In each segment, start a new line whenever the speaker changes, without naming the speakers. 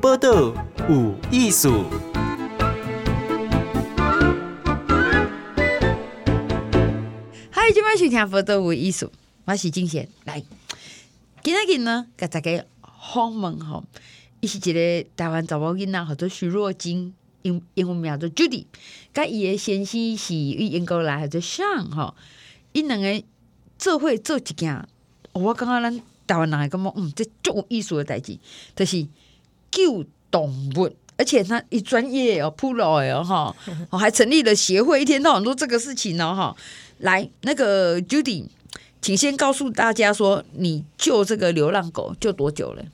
报道有艺术。
嗨，今晚收听佛都有意思，我是金贤。来，今仔日呢，甲大家访问吼，伊是一个台湾查某囡仔，叫做徐若金，英英文名叫做 Judy，甲伊的先生是伊英国来，叫做 Sean 吼，因两个做伙做一件，哦我感觉咱台湾人会感觉，嗯，这足有意思的代志，就是救动物。而且他一专业哦，铺路的哦，哈，哦还成立了协会，一天到晚做这个事情哦，哈。来，那个 Judy，请先告诉大家说，你救这个流浪狗救多久了？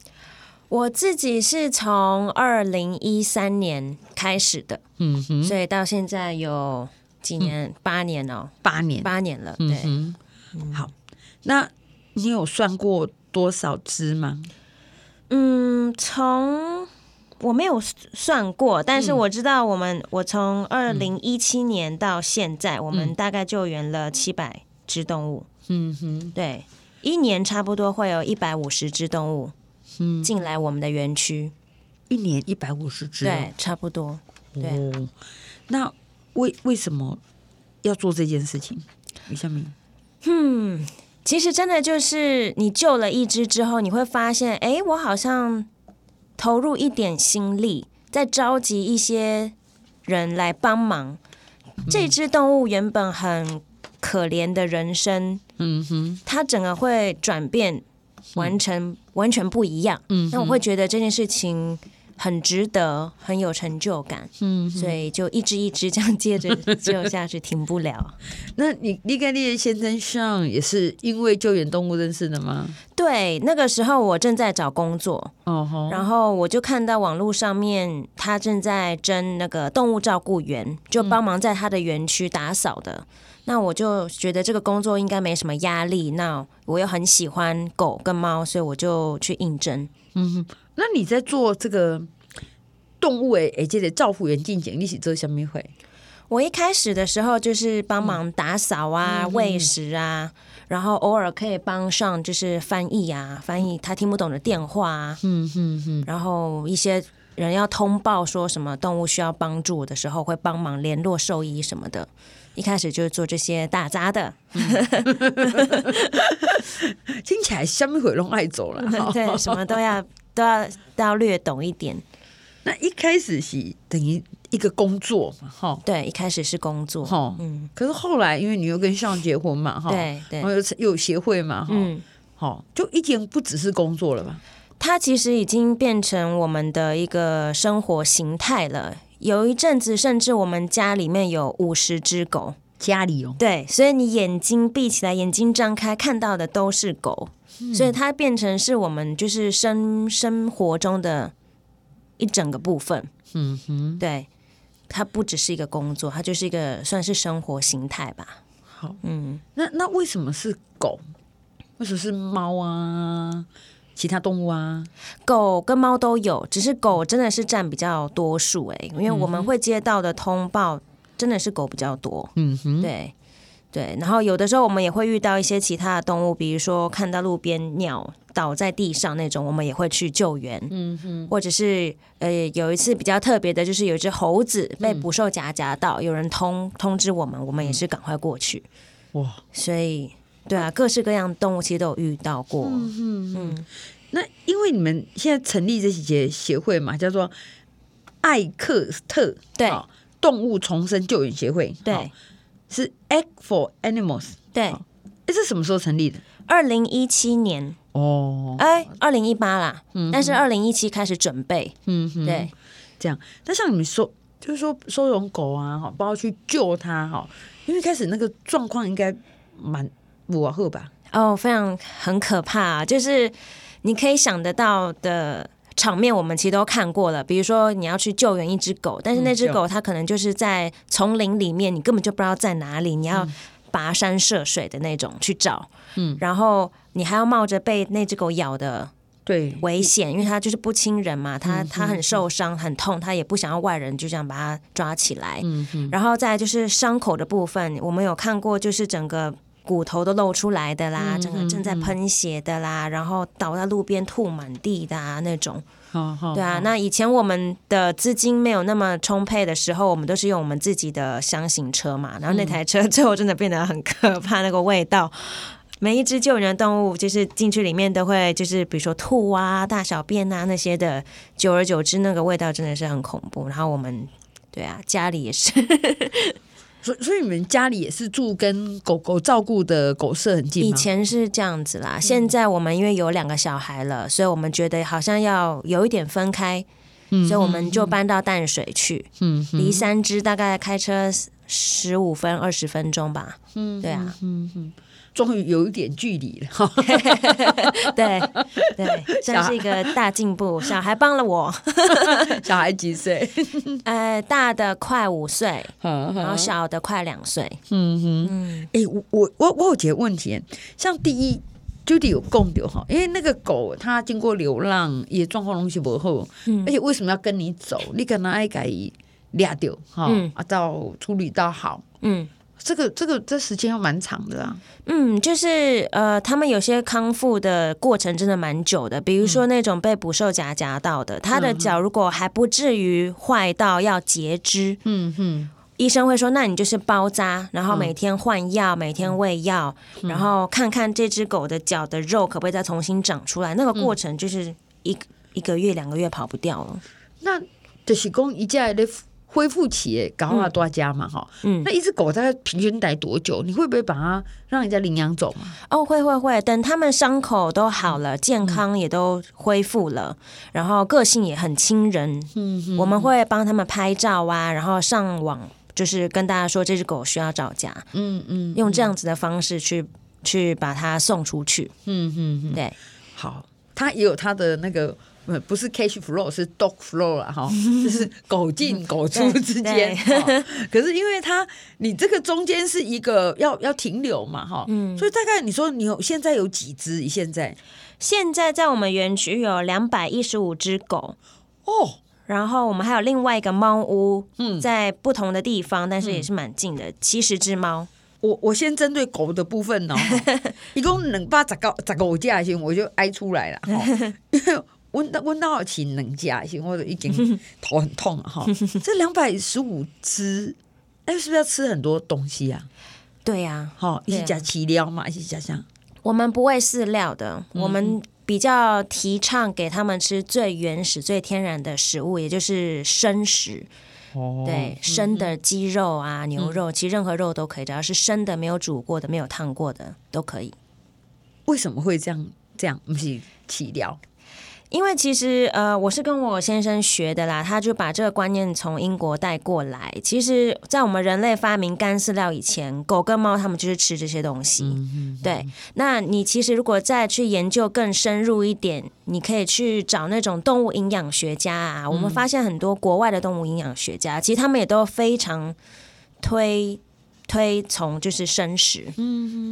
我自己是从二零一三年开始的，
嗯哼，
所以到现在有几年，八年哦、
八年。
八年了。
嗯
对，
哼，好，那你有算过多少只吗？
嗯，从我没有算过，但
嗯
是我知道我们，我从二零一七年到现在，我们大概救援了七百只动物。
嗯哼，
对，一年差不多会有一百五十只动物
嗯，
进来我们的园区。
一年一百五十只哦。
对，差不多。对
哦，那为为什么要做这件事情？于夏明，
嗯，其实真的就是你救了一只之后，你会发现，哎，我好像投入一点心力，在召集一些人来帮忙。
嗯
这只动物原本很可怜的人生，
嗯哼，嗯
它整个会转变，完成完全不一样。
嗯哼，
那我会觉得这件事情很值得，很有成就感，
嗯
所以就一只一只这样 接着救下去，停不了。
那你你跟你的先生上也是因为救援动物认识的吗？
对，那个时候我正在找工作，
哦吼，
然后我就看到网络上面，他正在征那个动物照顾员，就帮忙在他的园区打扫的。那我就觉得这个工作应该没什么压力，那我又很喜欢狗跟猫，所以我就去应征。
嗯哼，那你在做这个动物诶诶，这个照护员进前，你是做什么会？
我一开始的时候就是
嗯
帮忙打扫啊、喂食啊，然后偶尔可以帮上就是翻译啊，翻译他听不懂的电话啊，
嗯哼哼，
然后一些人要通报说什么动物需要帮助的时候，会帮忙联络兽医什么的。一开始就是做这些打杂 的，
听起来虾米会拢爱哦走了 哈。
对，什么都要都要都要略懂一点。
那一开始是等于一个工作嘛，哈
对，一开始是工作，
哈。
嗯，
可是后来因为你又跟上结婚嘛，哈，
对对
然后又又有协会嘛，哈，
嗯，
好，就已经不只是工作了吧？
它其实已经变成我们的一个生活形态了。有一阵子，甚至我们家里面有五十只狗，
家里哦，
对，所以你眼睛闭起来，眼睛张开，看到的都是狗，
嗯
所以它变成是我们就是生生活中的一整个部分。
嗯哼，
对，它不只是一个工作，它就是一个算是生活形态吧。
好，
嗯，
那那为什么是狗？为什么是猫啊？其他动物啊？
狗跟猫都有，只是狗真的是占比较多数诶、因为我们会接到的通报真的是狗比较多。
嗯哼，
对对，然后有的时候我们也会遇到一些其他的动物，比如说看到路边鸟倒在地上那种，我们也会去救援。嗯哼，或者是呃，有一次比较特别的，就是有一只猴子被捕兽夹夹到，有人通通知我们，我们也是赶快过去。
哇，
所以，对啊，各式各样的动物其实都有遇到过。
那因为你们现在成立这些协会嘛，叫做艾克特
对
哦动物重生救援协会，
对、
哦是 Act for Animals。
对
好，这是什么时候成立的？
二零一七年，
哦，
哎，二零一八啦，但是二零一七开始准备。
嗯哼，
对，
这样。那像你们收，就是说收容狗啊，哈，包括去救它哈，因为一开始那个状况应该蛮不好吧？
哦，非常很可怕、啊，就是你可以想得到的场面，我们其实都看过了。比如说，你要去救援一只狗，但是那只
嗯
狗它可能就是在丛林里面，你根本就不知道在哪里，你要跋山涉水的那种去找。
嗯，
然后你还要冒着被那只狗咬的
对，嗯
危险，因为它就是不亲人嘛，它它很受伤很痛，它也不想要外人就这样把它抓起来。
嗯哼，
然后再来就是伤口的部分，我们有看过，就是整个骨头都露出来的啦，
嗯
整个
嗯
正在喷血的啦，然后倒在路边吐满地的啊那种。
好好
对啊，那以前我们的资金没有那么充沛的时候，我们都是用我们自己的箱型车嘛，然后那
嗯
台车 最后真的变得很可怕，那个味道。每一只救人的动物，就是进去里面都会，就是比如说吐啊、大小便啊那些的，久而久之，那个味道真的是很恐怖。然后我们，对啊，家里 也是，
所以所以你们家里也是住跟狗狗照顾的狗舍很近吗？嗯
以前是这样子啦，现在我们因为有两个小孩了，所以我们觉得好像要有一点分开，
嗯
所以我们就搬到淡水去，
嗯
离三芝大概开车十五分二十分钟吧。嗯，对啊，
终于有一点距离 了，
对对，
小
算
孩
是一个大进步。小孩帮了 我，
小孩几岁？
呃，大的快五岁，然
好
后小的快两岁。嗯
哎、我我我我有几个问题，像第一，Judy 有供流哈，因为那个狗它经过流浪，也状况东西不好，而且为什么要跟你走？你可能爱改俩掉哈，
嗯
啊，到处理到好，
嗯
这个这个这时间要蛮长的啊，
嗯，就是呃，他们有些康复的过程真的蛮久的，比如说
嗯
那种被捕兽夹夹到的，他的脚如果还不至于坏到要截肢，
嗯哼，
医生会说，那你就是包扎，然后每天换药，每
嗯
天喂药，然后看看这只狗的脚的肉可不可以再重新长出来。
嗯
那个过程就是一个一个月、两个月跑不掉了。
那就是讲一家的恢复期的，搞啊多家嘛哈，
嗯
那一只狗大概平均待多久？你会不会把它让人家领养走嘛？
哦，会会会，等他们伤口
嗯
都好了，健康也都恢复了，然后个性也很亲人，
嗯
我们会帮他们拍照啊，然后上网，就是跟大家说这只狗需要找家，
嗯嗯
用这样子的方式去去把它送出去。
嗯嗯嗯，
对，
好，它也有它的那个。呃不是 cash flow 是 dog flow 了哈，就是狗进狗出
对
之间。哈可是因为它你这个中间是一个要要停留嘛哈，所以大概你说你有现在有几只？现在
现在在我们园区有两百一十五只狗，
哦，
然后我们还有另外一个猫屋，
嗯
在不同的地方，但是也是蛮近的，七十只猫。
我我先针对狗的部分呢、哦，一共冷八十高十五架先，我就挨出来了哈、因为我那我脑起冷架先，我已经头很痛了哈、这两百十五只，哎，是不是要吃很多东西啊？
对呀、
哈、一起
对啊
加饲料嘛，一起加上
我们不喂饲料的，我们比较提倡给他们吃最原始、最天然的食物，也就是生食。
哦
对，生的鸡肉啊、牛肉，其实任何肉都可以，只要是生的、没有煮过的、没有烫过的都可以。
为什么会这样？这样不是饲料，
因为其实呃，我是跟我先生学的啦，他就把这个观念从英国带过来。其实，在我们人类发明干饲料以前，狗跟猫它们就是吃这些东西。对，那你其实如果再去研究更深入一点，你可以去找那种动物营养学家啊。我们发现很多国外的动物营养学家，其实他们也都非常推推崇就是生食。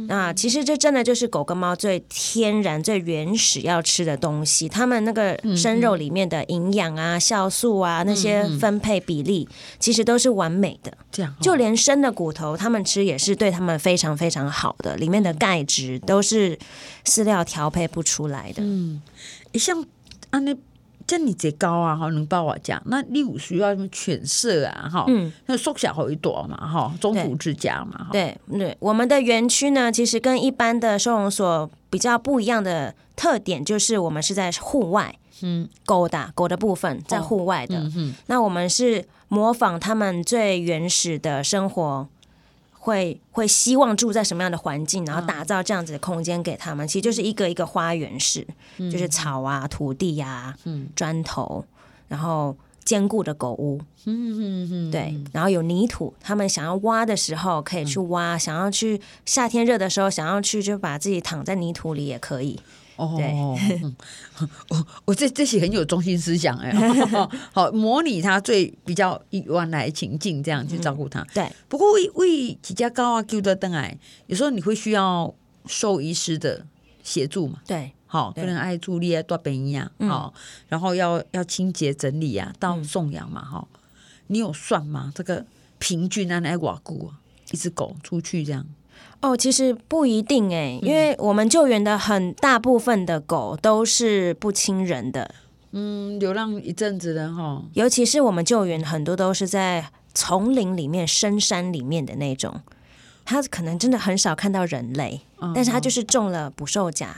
那其实这真的就是狗跟猫最天然、最原始要吃的东西，它们那个生肉里面的营养啊、酵素啊那些分配比例，其实都是完美的。
这样、
就连生的骨头，它们吃也是对它们非常非常好的，里面的钙质都是饲料调配不出来的。
诶像安尼，这你这高啊哈，能帮我讲？那你有需要什么犬舍啊哈？
嗯，
那缩小好一朵嘛哈，中途之家嘛哈。
对对，我们的园区呢，其实跟一般的收容所比较不一样的特点，就是我们是在户外，嗯，狗的狗的部
哦
分在户外的，
嗯
那我们是模仿他们最原始的生活。会会希望住在什么样的环境，
嗯
然后打造这样子的空间给他们，其实就是一个一个花园式，
嗯
就是草啊、土地呀、砖头，然后坚固的狗屋，对，然后有泥土，他们想要挖的时候可以去挖，想要去夏天热的时候想要去，就把自己躺在泥土里也可以。对
哦，嗯我我这这些很有中心思想哎、好模拟他最比较一原来的情境，这样去照顾他。
对，
不过为为几家高啊救的邓来，有时候你会需要兽医师的协助嘛？
对，
好，
对嗯
可能爱助力啊，多本一啊，好，然后要要清洁整理啊，到送养
嗯
嘛，哈、啊你有算吗？这个平均按来瓦固啊，一只狗出去这样，
哦，其实不一定哎、因为我们救援的很大部分的狗都是不亲人的，
嗯，流浪一阵子了吼，
尤其是我们救援很多都是在丛林里面、深山里面的那种，它可能真的很少看到人类，
嗯
但是它就是中了捕兽夹，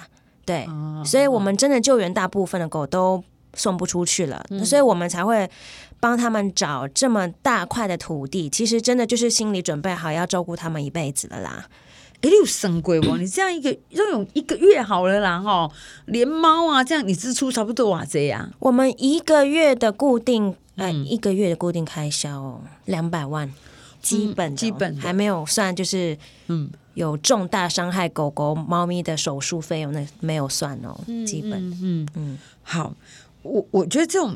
对，所以我们真的救援大部分的狗都送不出去
嗯
了，所以我们才会帮他们找这么大块的土地，其实真的就是心理准备好要照顾他们一辈子的啦。
哎、你有省过 无？你这样一个这种一个月好了啦吼，连猫啊这样你支出差不多偌济啊？
我们一个月的固定，呃，
嗯
一个月的固定开销哦，两百万，基本的哦、
基本的
还没有算，就是嗯，有重大伤害狗狗、猫咪的手术费用，那没有算哦，
嗯
基本。
好，我我觉得这种，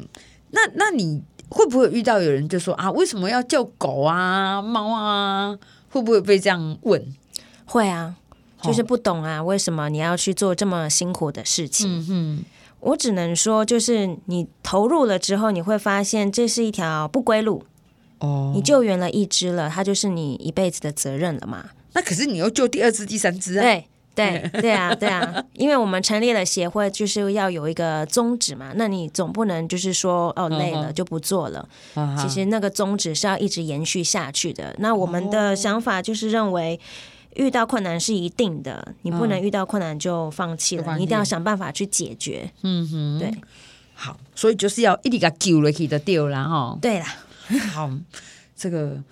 那那你会不会遇到有人就说啊，为什么要叫狗啊、猫啊？会不会被这样问？
会啊，就是不懂啊，为什么你要去做这么辛苦的事情？嗯我只能说，就是你投入了之后，你会发现这是一条不归路。
哦
你救援了一只了，它就是你一辈子的责任了嘛。
那可是你又救第二只、第三只啊？
对 对对啊，对啊，因为我们成立了协会，就是要有一个宗旨嘛。那你总不能就是说
嗯
哦累了就不做了。其实那个宗旨是要一直延续下去的。那我们
哦
的想法就是认为。遇到困难是一定的，你不能遇到困难就放弃了，
嗯就放弃
你一定要想办法去解决。
嗯哼，
对
好，所以就是要一直给它救了去的掉啦吼。
对啦，
好，这个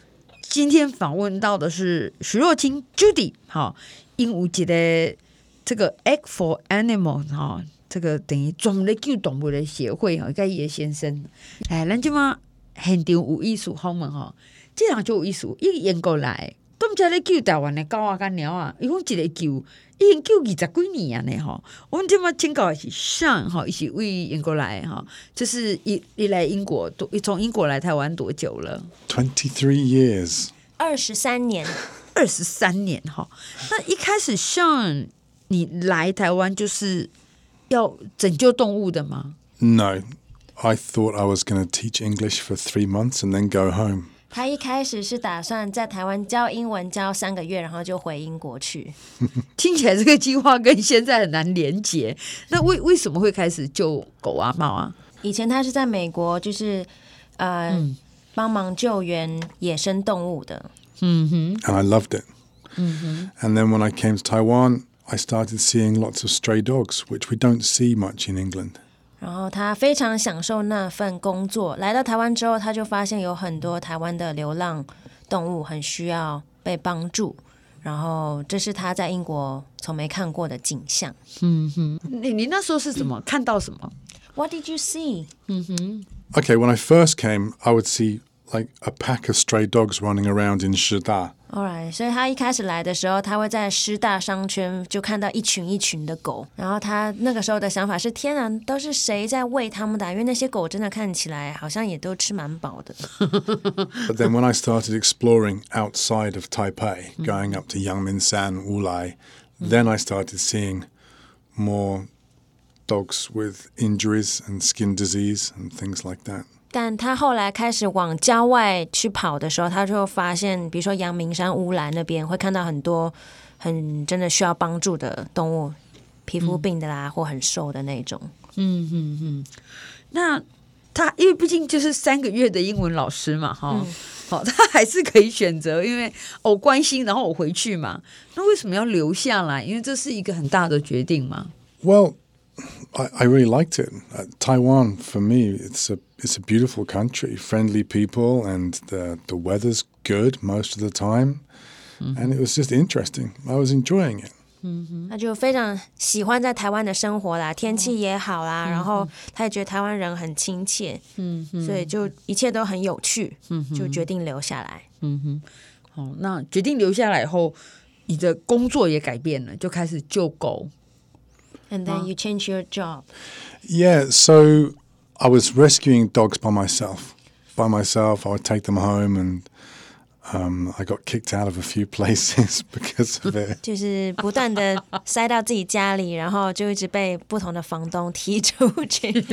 今天访问到的是徐若清 Judy，好，鹦鹉节的这个 Act for Animal 哈、这个等于专门咧救动物的协会哈，甲伊的先生，哎，咱即马现场有艺术访问吼，这人就有艺术，伊英国来。都毋知咧救台湾的狗啊、甲猫啊，伊讲一个救，已经救二十几年啊呢吼。我们即马请教的是上吼，伊是为英国来的吼，就是一一来英国多，一从英国来台湾多久了？
23 years.
二十三年，
二十三年哈。那一开始像你来台湾就是要拯救动物的吗？
No, I thought I was going to teach English for three months and then go home.
他一开始是打算在台湾教英文教三个月，然后就回英国去。
听起来这个计划跟现在很难连结。那为为什么会开始救狗啊、猫啊？
以前他是在美国，就是呃、帮忙救援野生动物的。
And I loved it. And then when I came to Taiwan, I started seeing lots of stray dogs, which we don't see much in England.
然后他非常享受那份工作。来到台湾之后，他就发现有很多台湾的流浪动物很需要被帮助。然后这是他在英国从没看过的景象。
你你那时候是怎么看到什么？
What did you see？
Okay, when I first came, I would see like a pack of stray dogs running around in Shida.
Alright，所以他一开始来的时候，他会在师大商圈就看到一群一群的狗，然后他那个时候的想法是：天啊，都是谁在喂他们的啊？因为那些狗真的看起来好像也都吃蛮饱的。
But then when I started exploring outside of Taipei, going up to Yangminsan, Wulai, then I started seeing more dogs with injuries and skin disease and things like that.
但他后来开始往郊外去跑的时候，他就发现，比如说阳明山、乌兰那边会看到很多很真的需要帮助的动物，皮肤病的啦，或很瘦的那种。
那他因为毕竟就是三个月的英文老师嘛，哈、好， 他还是可以选择，因为我关心，然后我回去嘛。那为什么要留下来？因为这是一个很大的决定嘛。
Well, I, I really liked it. Uh, Taiwan, for me, it's a it's a beautiful country, friendly people, and the the weather's good most of the time. And it was just interesting. I was enjoying it.
他就非常喜欢在台湾的生活啦，天气也好啦，然后他也觉得台湾人很亲切，嗯，所以就一切都很有趣，嗯，就决定留下来。
哦，那决定留下来后，你的工作也改变了，就开始救狗。
And then you change your job，
Yeah, so I was rescuing dogs by myself. By myself, I would take them home, and um, I got kicked out of a few places because of it.
就是不断的塞到自己家里，然后就一直被不同的房东踢出去。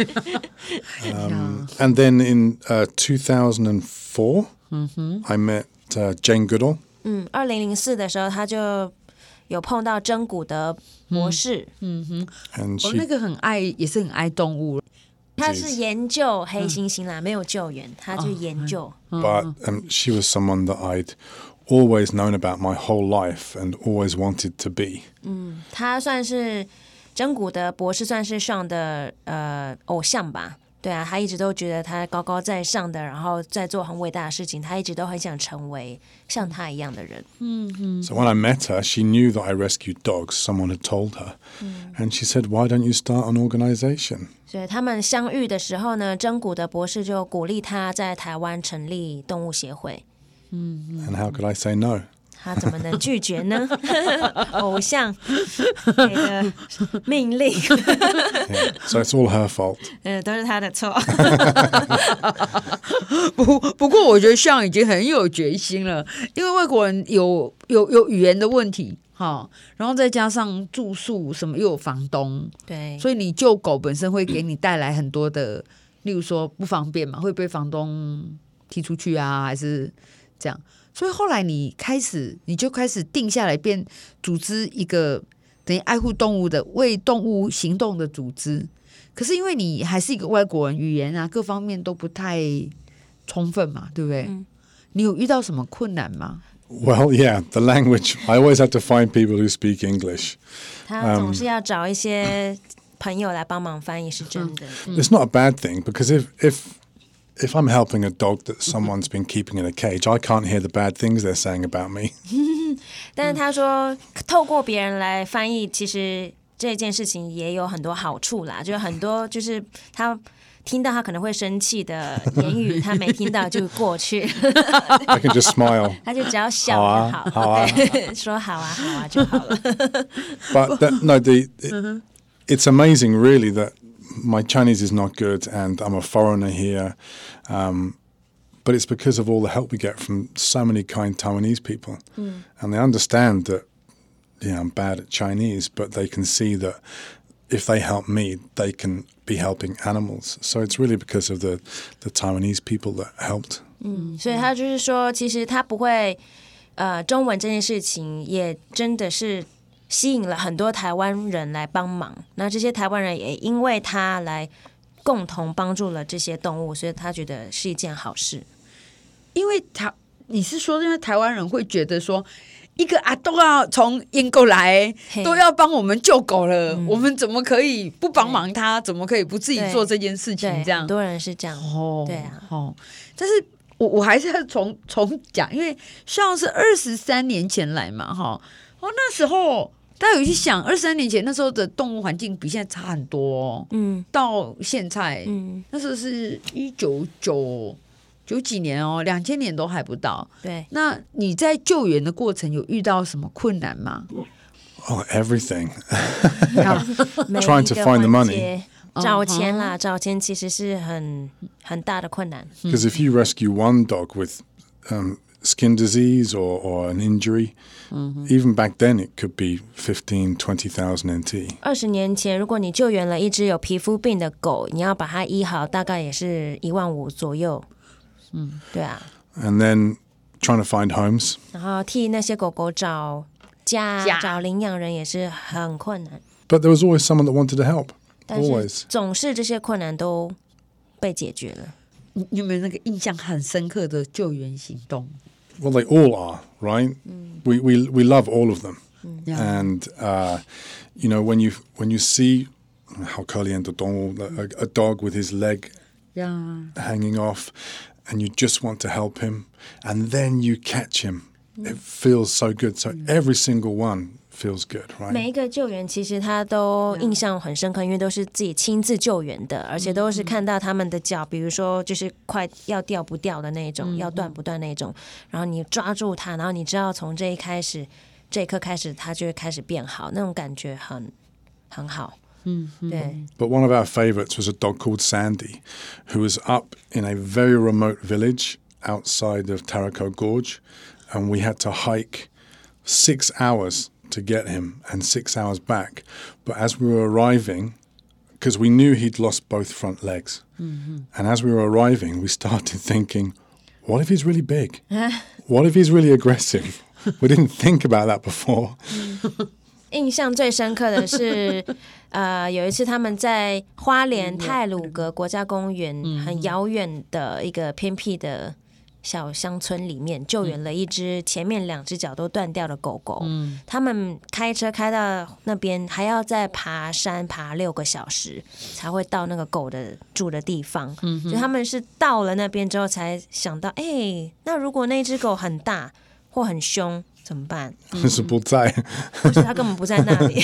Um, And then in uh, 2004, I met uh, Jane Goodall,
嗯，二零零四的时候他就有碰到真骨的博士，
and
我
she
哦那个很爱，也是很爱动物。
他是研究黑猩猩啦，没有救援，他去研究。
but um, she was someone that I'd always known about my whole life and always wanted to be.
他算是真古的博士，算是上的呃偶像吧。对啊，他一直都觉得他高高在上的，然后在做很伟大的事情，他一直都很想成为像他一样的人。
So when I met her, she knew that I rescued dogs. Someone had told her. And she said, Why don't you start an organization?
所以他们相遇的时候呢，真古的博士就鼓励他在台湾成立动物协会。
And how could I say no?
他怎么能拒绝 呢？偶像给的命 令，
Yeah. so it's all her fault.
呃，都是他的错。
不不过，我觉得像已经很有决心了，因为外国人有有有语言的问题，哈，然后再加上住宿什么又有房东，
对，
所以你救狗本身会给你带来很多的，例如说不方便嘛，会被房东踢出去啊，还是这样。所以后来你开始，你就开始定下来，变组织一个等于爱护动物的、为动物行动的组织。可是因为你还是一个外国人，语言啊各方面都不太充分嘛，对不对？你有遇到什么困难吗？
Well, yeah, the language. I always had to find people who speak English.
他总是要找一些朋友来帮忙翻译，是真的。
It's not a bad thing because if if if I'm helping a dog that someone's been keeping in a cage, I can't hear the bad things they're saying about me.
但
嗯
是他说，透过别人来翻译，其实这件事情也有很多好处啦，就是很多就是他。听到他可能会生气的言语，他没听到就过去，
I can just smile.
他就只要笑
好啊
就好，
好啊
对， 说好啊好啊就好了。
But that, no, the it, it's amazing, really, that my Chinese is not good and I'm a foreigner here. Um, but it's because of all the help we get from so many kind Taiwanese people, and they understand that. Yeah, I'm bad at Chinese, but they can see that if they help me, they can be helping animals. So it's really because of the the Taiwanese people that helped.
嗯
啊
所以他就是说，其实他不会，呃，中文这件事情也真的是吸引了很多台湾人来帮忙。那这些台湾人也因为他来共同帮助了这些动物，所以他觉得是一件好事。
因为台，你是说，因为台湾人会觉得说，一个阿都要从英国来
嘿，嗯
都要帮我们救狗了，我们怎么可以不帮忙他？怎么可以不自己
对
做这件事情？
对，
这样
很多人是这样。
哦，
对啊，
哦，但是我我还是要重重讲，因为像是二十三年前来嘛，哈，哦，那时候大家有去想，二十三年前那时候的动物环境比现在差很多、哦，
嗯
到现在，
嗯，
那时候是一九九九几年哦，两千年都还不到。
对，
那你在救援的过程有遇到什么困难吗？
Oh, everything.
每一
Trying to
个
find the
环
money
节找钱
嗯
啦，找钱其实是很很大的困难。
Because if you rescue one dog with um, skin disease or, or an injury, even back then it could be 15, 20,000 NT.
二十年前，如果你救援了一只有皮肤病的狗，你要把它医好，大概也是一万五左右。嗯，对啊，
And then trying to find homes.
然后替那些狗狗找家、
家
找领养人也是很困难，
But there was always someone that wanted to help.
但是
Always.
总是这些困难都被解决了。
你你有没有那个印象很深刻的救援行动？
Well, they all are, right? We, we, we love all of them.
Yeah.
And uh, you know when you when you see how caliente dong, a, a dog with his leg
呀，
hanging off and you just want to help him and then you catch him it feels so good so every single one feels good
每
right
一个救援其实他都印象很深刻，因为都是自己亲自救援的，而且都是看到他们的脚，比如说就是快要掉不掉的那一种，要断不断那一种，然后你抓住它，然后你知道从这一开始，这一刻开始，它就会开始变好，那种感觉很很好。嗯，对，
but one of our favorites was a dog called sandy who was up in a very remote village outside of tarako gorge and we had to hike six hours to get him and six hours back but as we were arriving because we knew he'd lost both front legs And as we were arriving, we started thinking, what if he's really big? what if he's really aggressive? we didn't think about that before.
印象最深刻的是，呃，有一次他们在花莲泰鲁阁国家公园很遥远的一个偏僻的小乡村里面，救援了一只前面两只脚都断掉的狗狗。他们开车开到那边，还要再爬山爬六个小时才会到那个狗的住的地方。就他们是到了那边之后才想到，哎、那如果那只狗很大或很凶怎么办？
Supply.
或是它根本不在那里。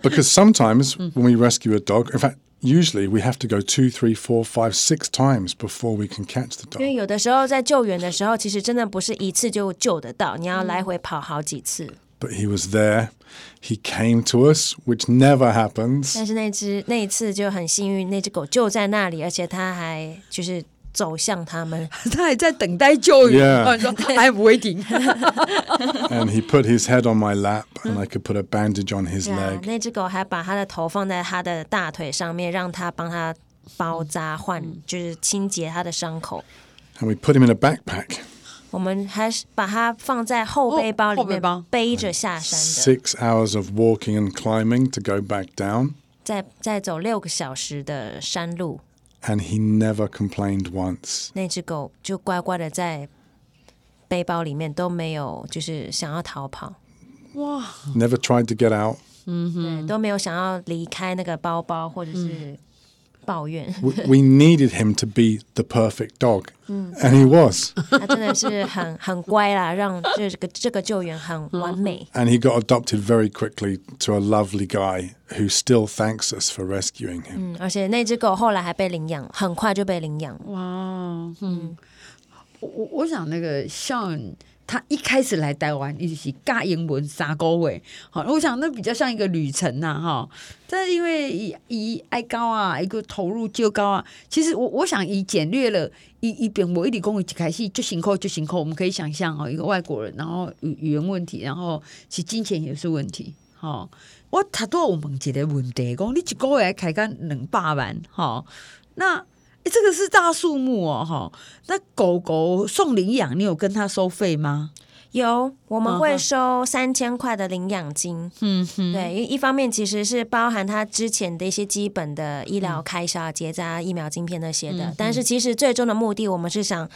because sometimes when we rescue a dog, in fact, usually we have to go two, three, four, five, six times before we can catch the
因为
dog.
有的时候在救援的时候，其实真的不是一次就救得到，你要
嗯
来回跑好几次。
But he was there. He came to us, which never happens.
但是那只那一次就很幸运，那只狗就在那里，而且它还就是走向他 们。
他还在等待救援。
Yeah
然后你说 I'm waiting，
and he put his head on my lap, and I could put a bandage on his
对啊，
leg.
那只狗还把它的头放在它的大腿上面，让它帮它包扎
嗯
换，就是清洁它的伤口。
And we put him in a backpack,
我们还是把它放在后背包里
哦后背
面
包，嗯
背着下山的，
six hours of walking and climbing to go back down.
再再走六个小时的山路。
And he never complained once.
那只狗就乖乖的在背包里面都没有，就是想要逃跑，
Never tried to get out.
对，都没有想要离开那个包包或者是抱怨，
We, we needed him to be the perfect dog. And he was.
它真的是很很乖啦，让这个这个救援很完美。
And he got adopted very quickly to a lovely guy who still thanks us for rescuing him.
嗯，而且那只狗后来还被领养，很快就被领养。
哇，嗯，我我我想那个 Sean 他一开始来台湾一起尬英文撒狗尾，好，我想那比较像一个旅程呐、哈。但因为以以爱高啊，一个投入就高啊，其实我我想以简略了，以以扁我一理公一开始就行扣就行扣，我们可以想象哦，一个外国人，然后语语言问题，然后其实金钱也是问题，吼、我他都有问一个问题，讲你一个月开干两百万，吼、那诶这个是大数目哦，哈。那狗狗送领养，你有跟他收费吗？
有，我们
嗯
会
哼
收三千块的领养金。
嗯哼，
对，因为一方面其实是包含他之前的一些基本的医疗开销、啊结扎、疫苗、晶片那些的，
嗯
但是其实最终的目的，我们是想。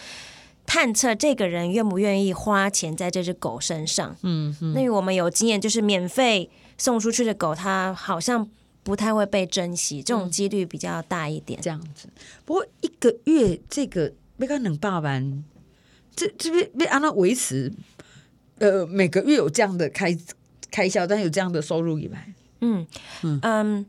探测这个人愿不愿意花钱在这只狗身上。嗯，那因为我们有经验，就是免费送出去的狗，它好像不太会被珍惜，这种
嗯
几率比较大一点。
这样子。不过一个月这个要干两百万，这这边被安娜维持，呃，每个月有这样的开开销，但有这样的收入以外，
嗯嗯，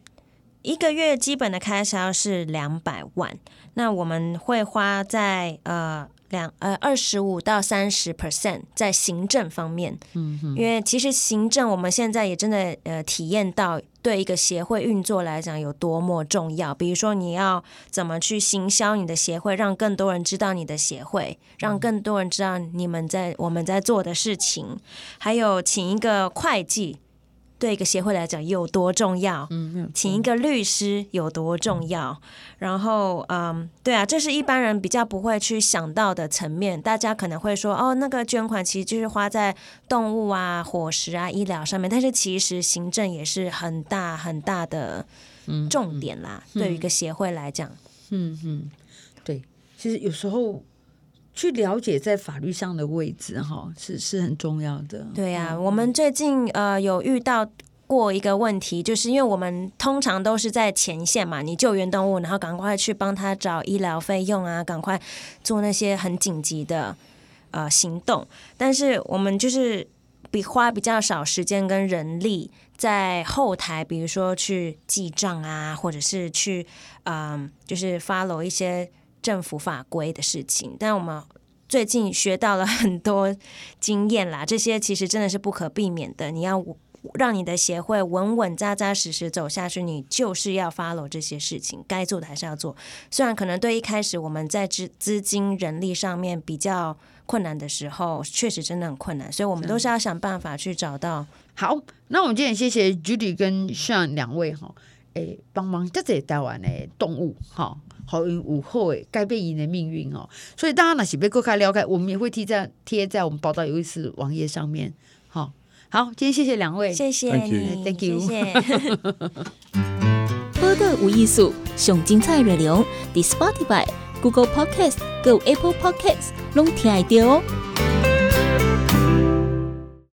一个月基本的开销是两百万，那我们会花在呃。两呃二十五到三十 percent 在行政方面，嗯，因为其实行政我们现在也真的呃体验到对一个协会运作来讲有多么重要。比如说你要怎么去行销你的协会，让更多人知道你的协会，让更多人知道你们在我们在做的事情，还有请一个会计，对一个协会来讲有多重要，嗯，请一个律师有多重要，然后嗯，对啊，这是一般人比较不会去想到的层面，大家可能会说哦，那个捐款其实就是花在动物啊、伙食啊、医疗上面，但是其实行政也是很大很大的重点啦，对于一个协会来讲，
嗯对，其实有时候去了解在法律上的位置，哈，是是很重要的。
对呀、我们最近呃有遇到过一个问题，就是因为我们通常都是在前线嘛，你救援动物，然后赶快去帮他找医疗费用啊，赶快做那些很紧急的呃行动，但是我们就是比花比较少时间跟人力在后台，比如说去记账啊，或者是去嗯、就是 follow 一些政府法规的事情，但我们。最近学到了很多经验啦，这些其实真的是不可避免的。你要让你的协会稳稳扎扎实实走下去，你就是要 follow 这些事情，该做的还是要做。虽然可能对一开始我们在资资金、人力上面比较困难的时候，确实真的很困难，所以我们都是要想办法去找到。
好，那我们今天也谢谢 Judy 跟 Sean 两位哈。诶帮忙遮这台湾的动物吼，好因有好诶改变因的命运哦。所以大家若是要更加了解，我们也会贴在贴在我们报道有意思网页上面。好，好，今天谢谢两位，
谢谢
哎 Thank you
你
Thank you
谢谢。
播客无艺术，上精彩内容，伫 Spotify、Google Podcast、Go Apple Podcast 拢听得到哦。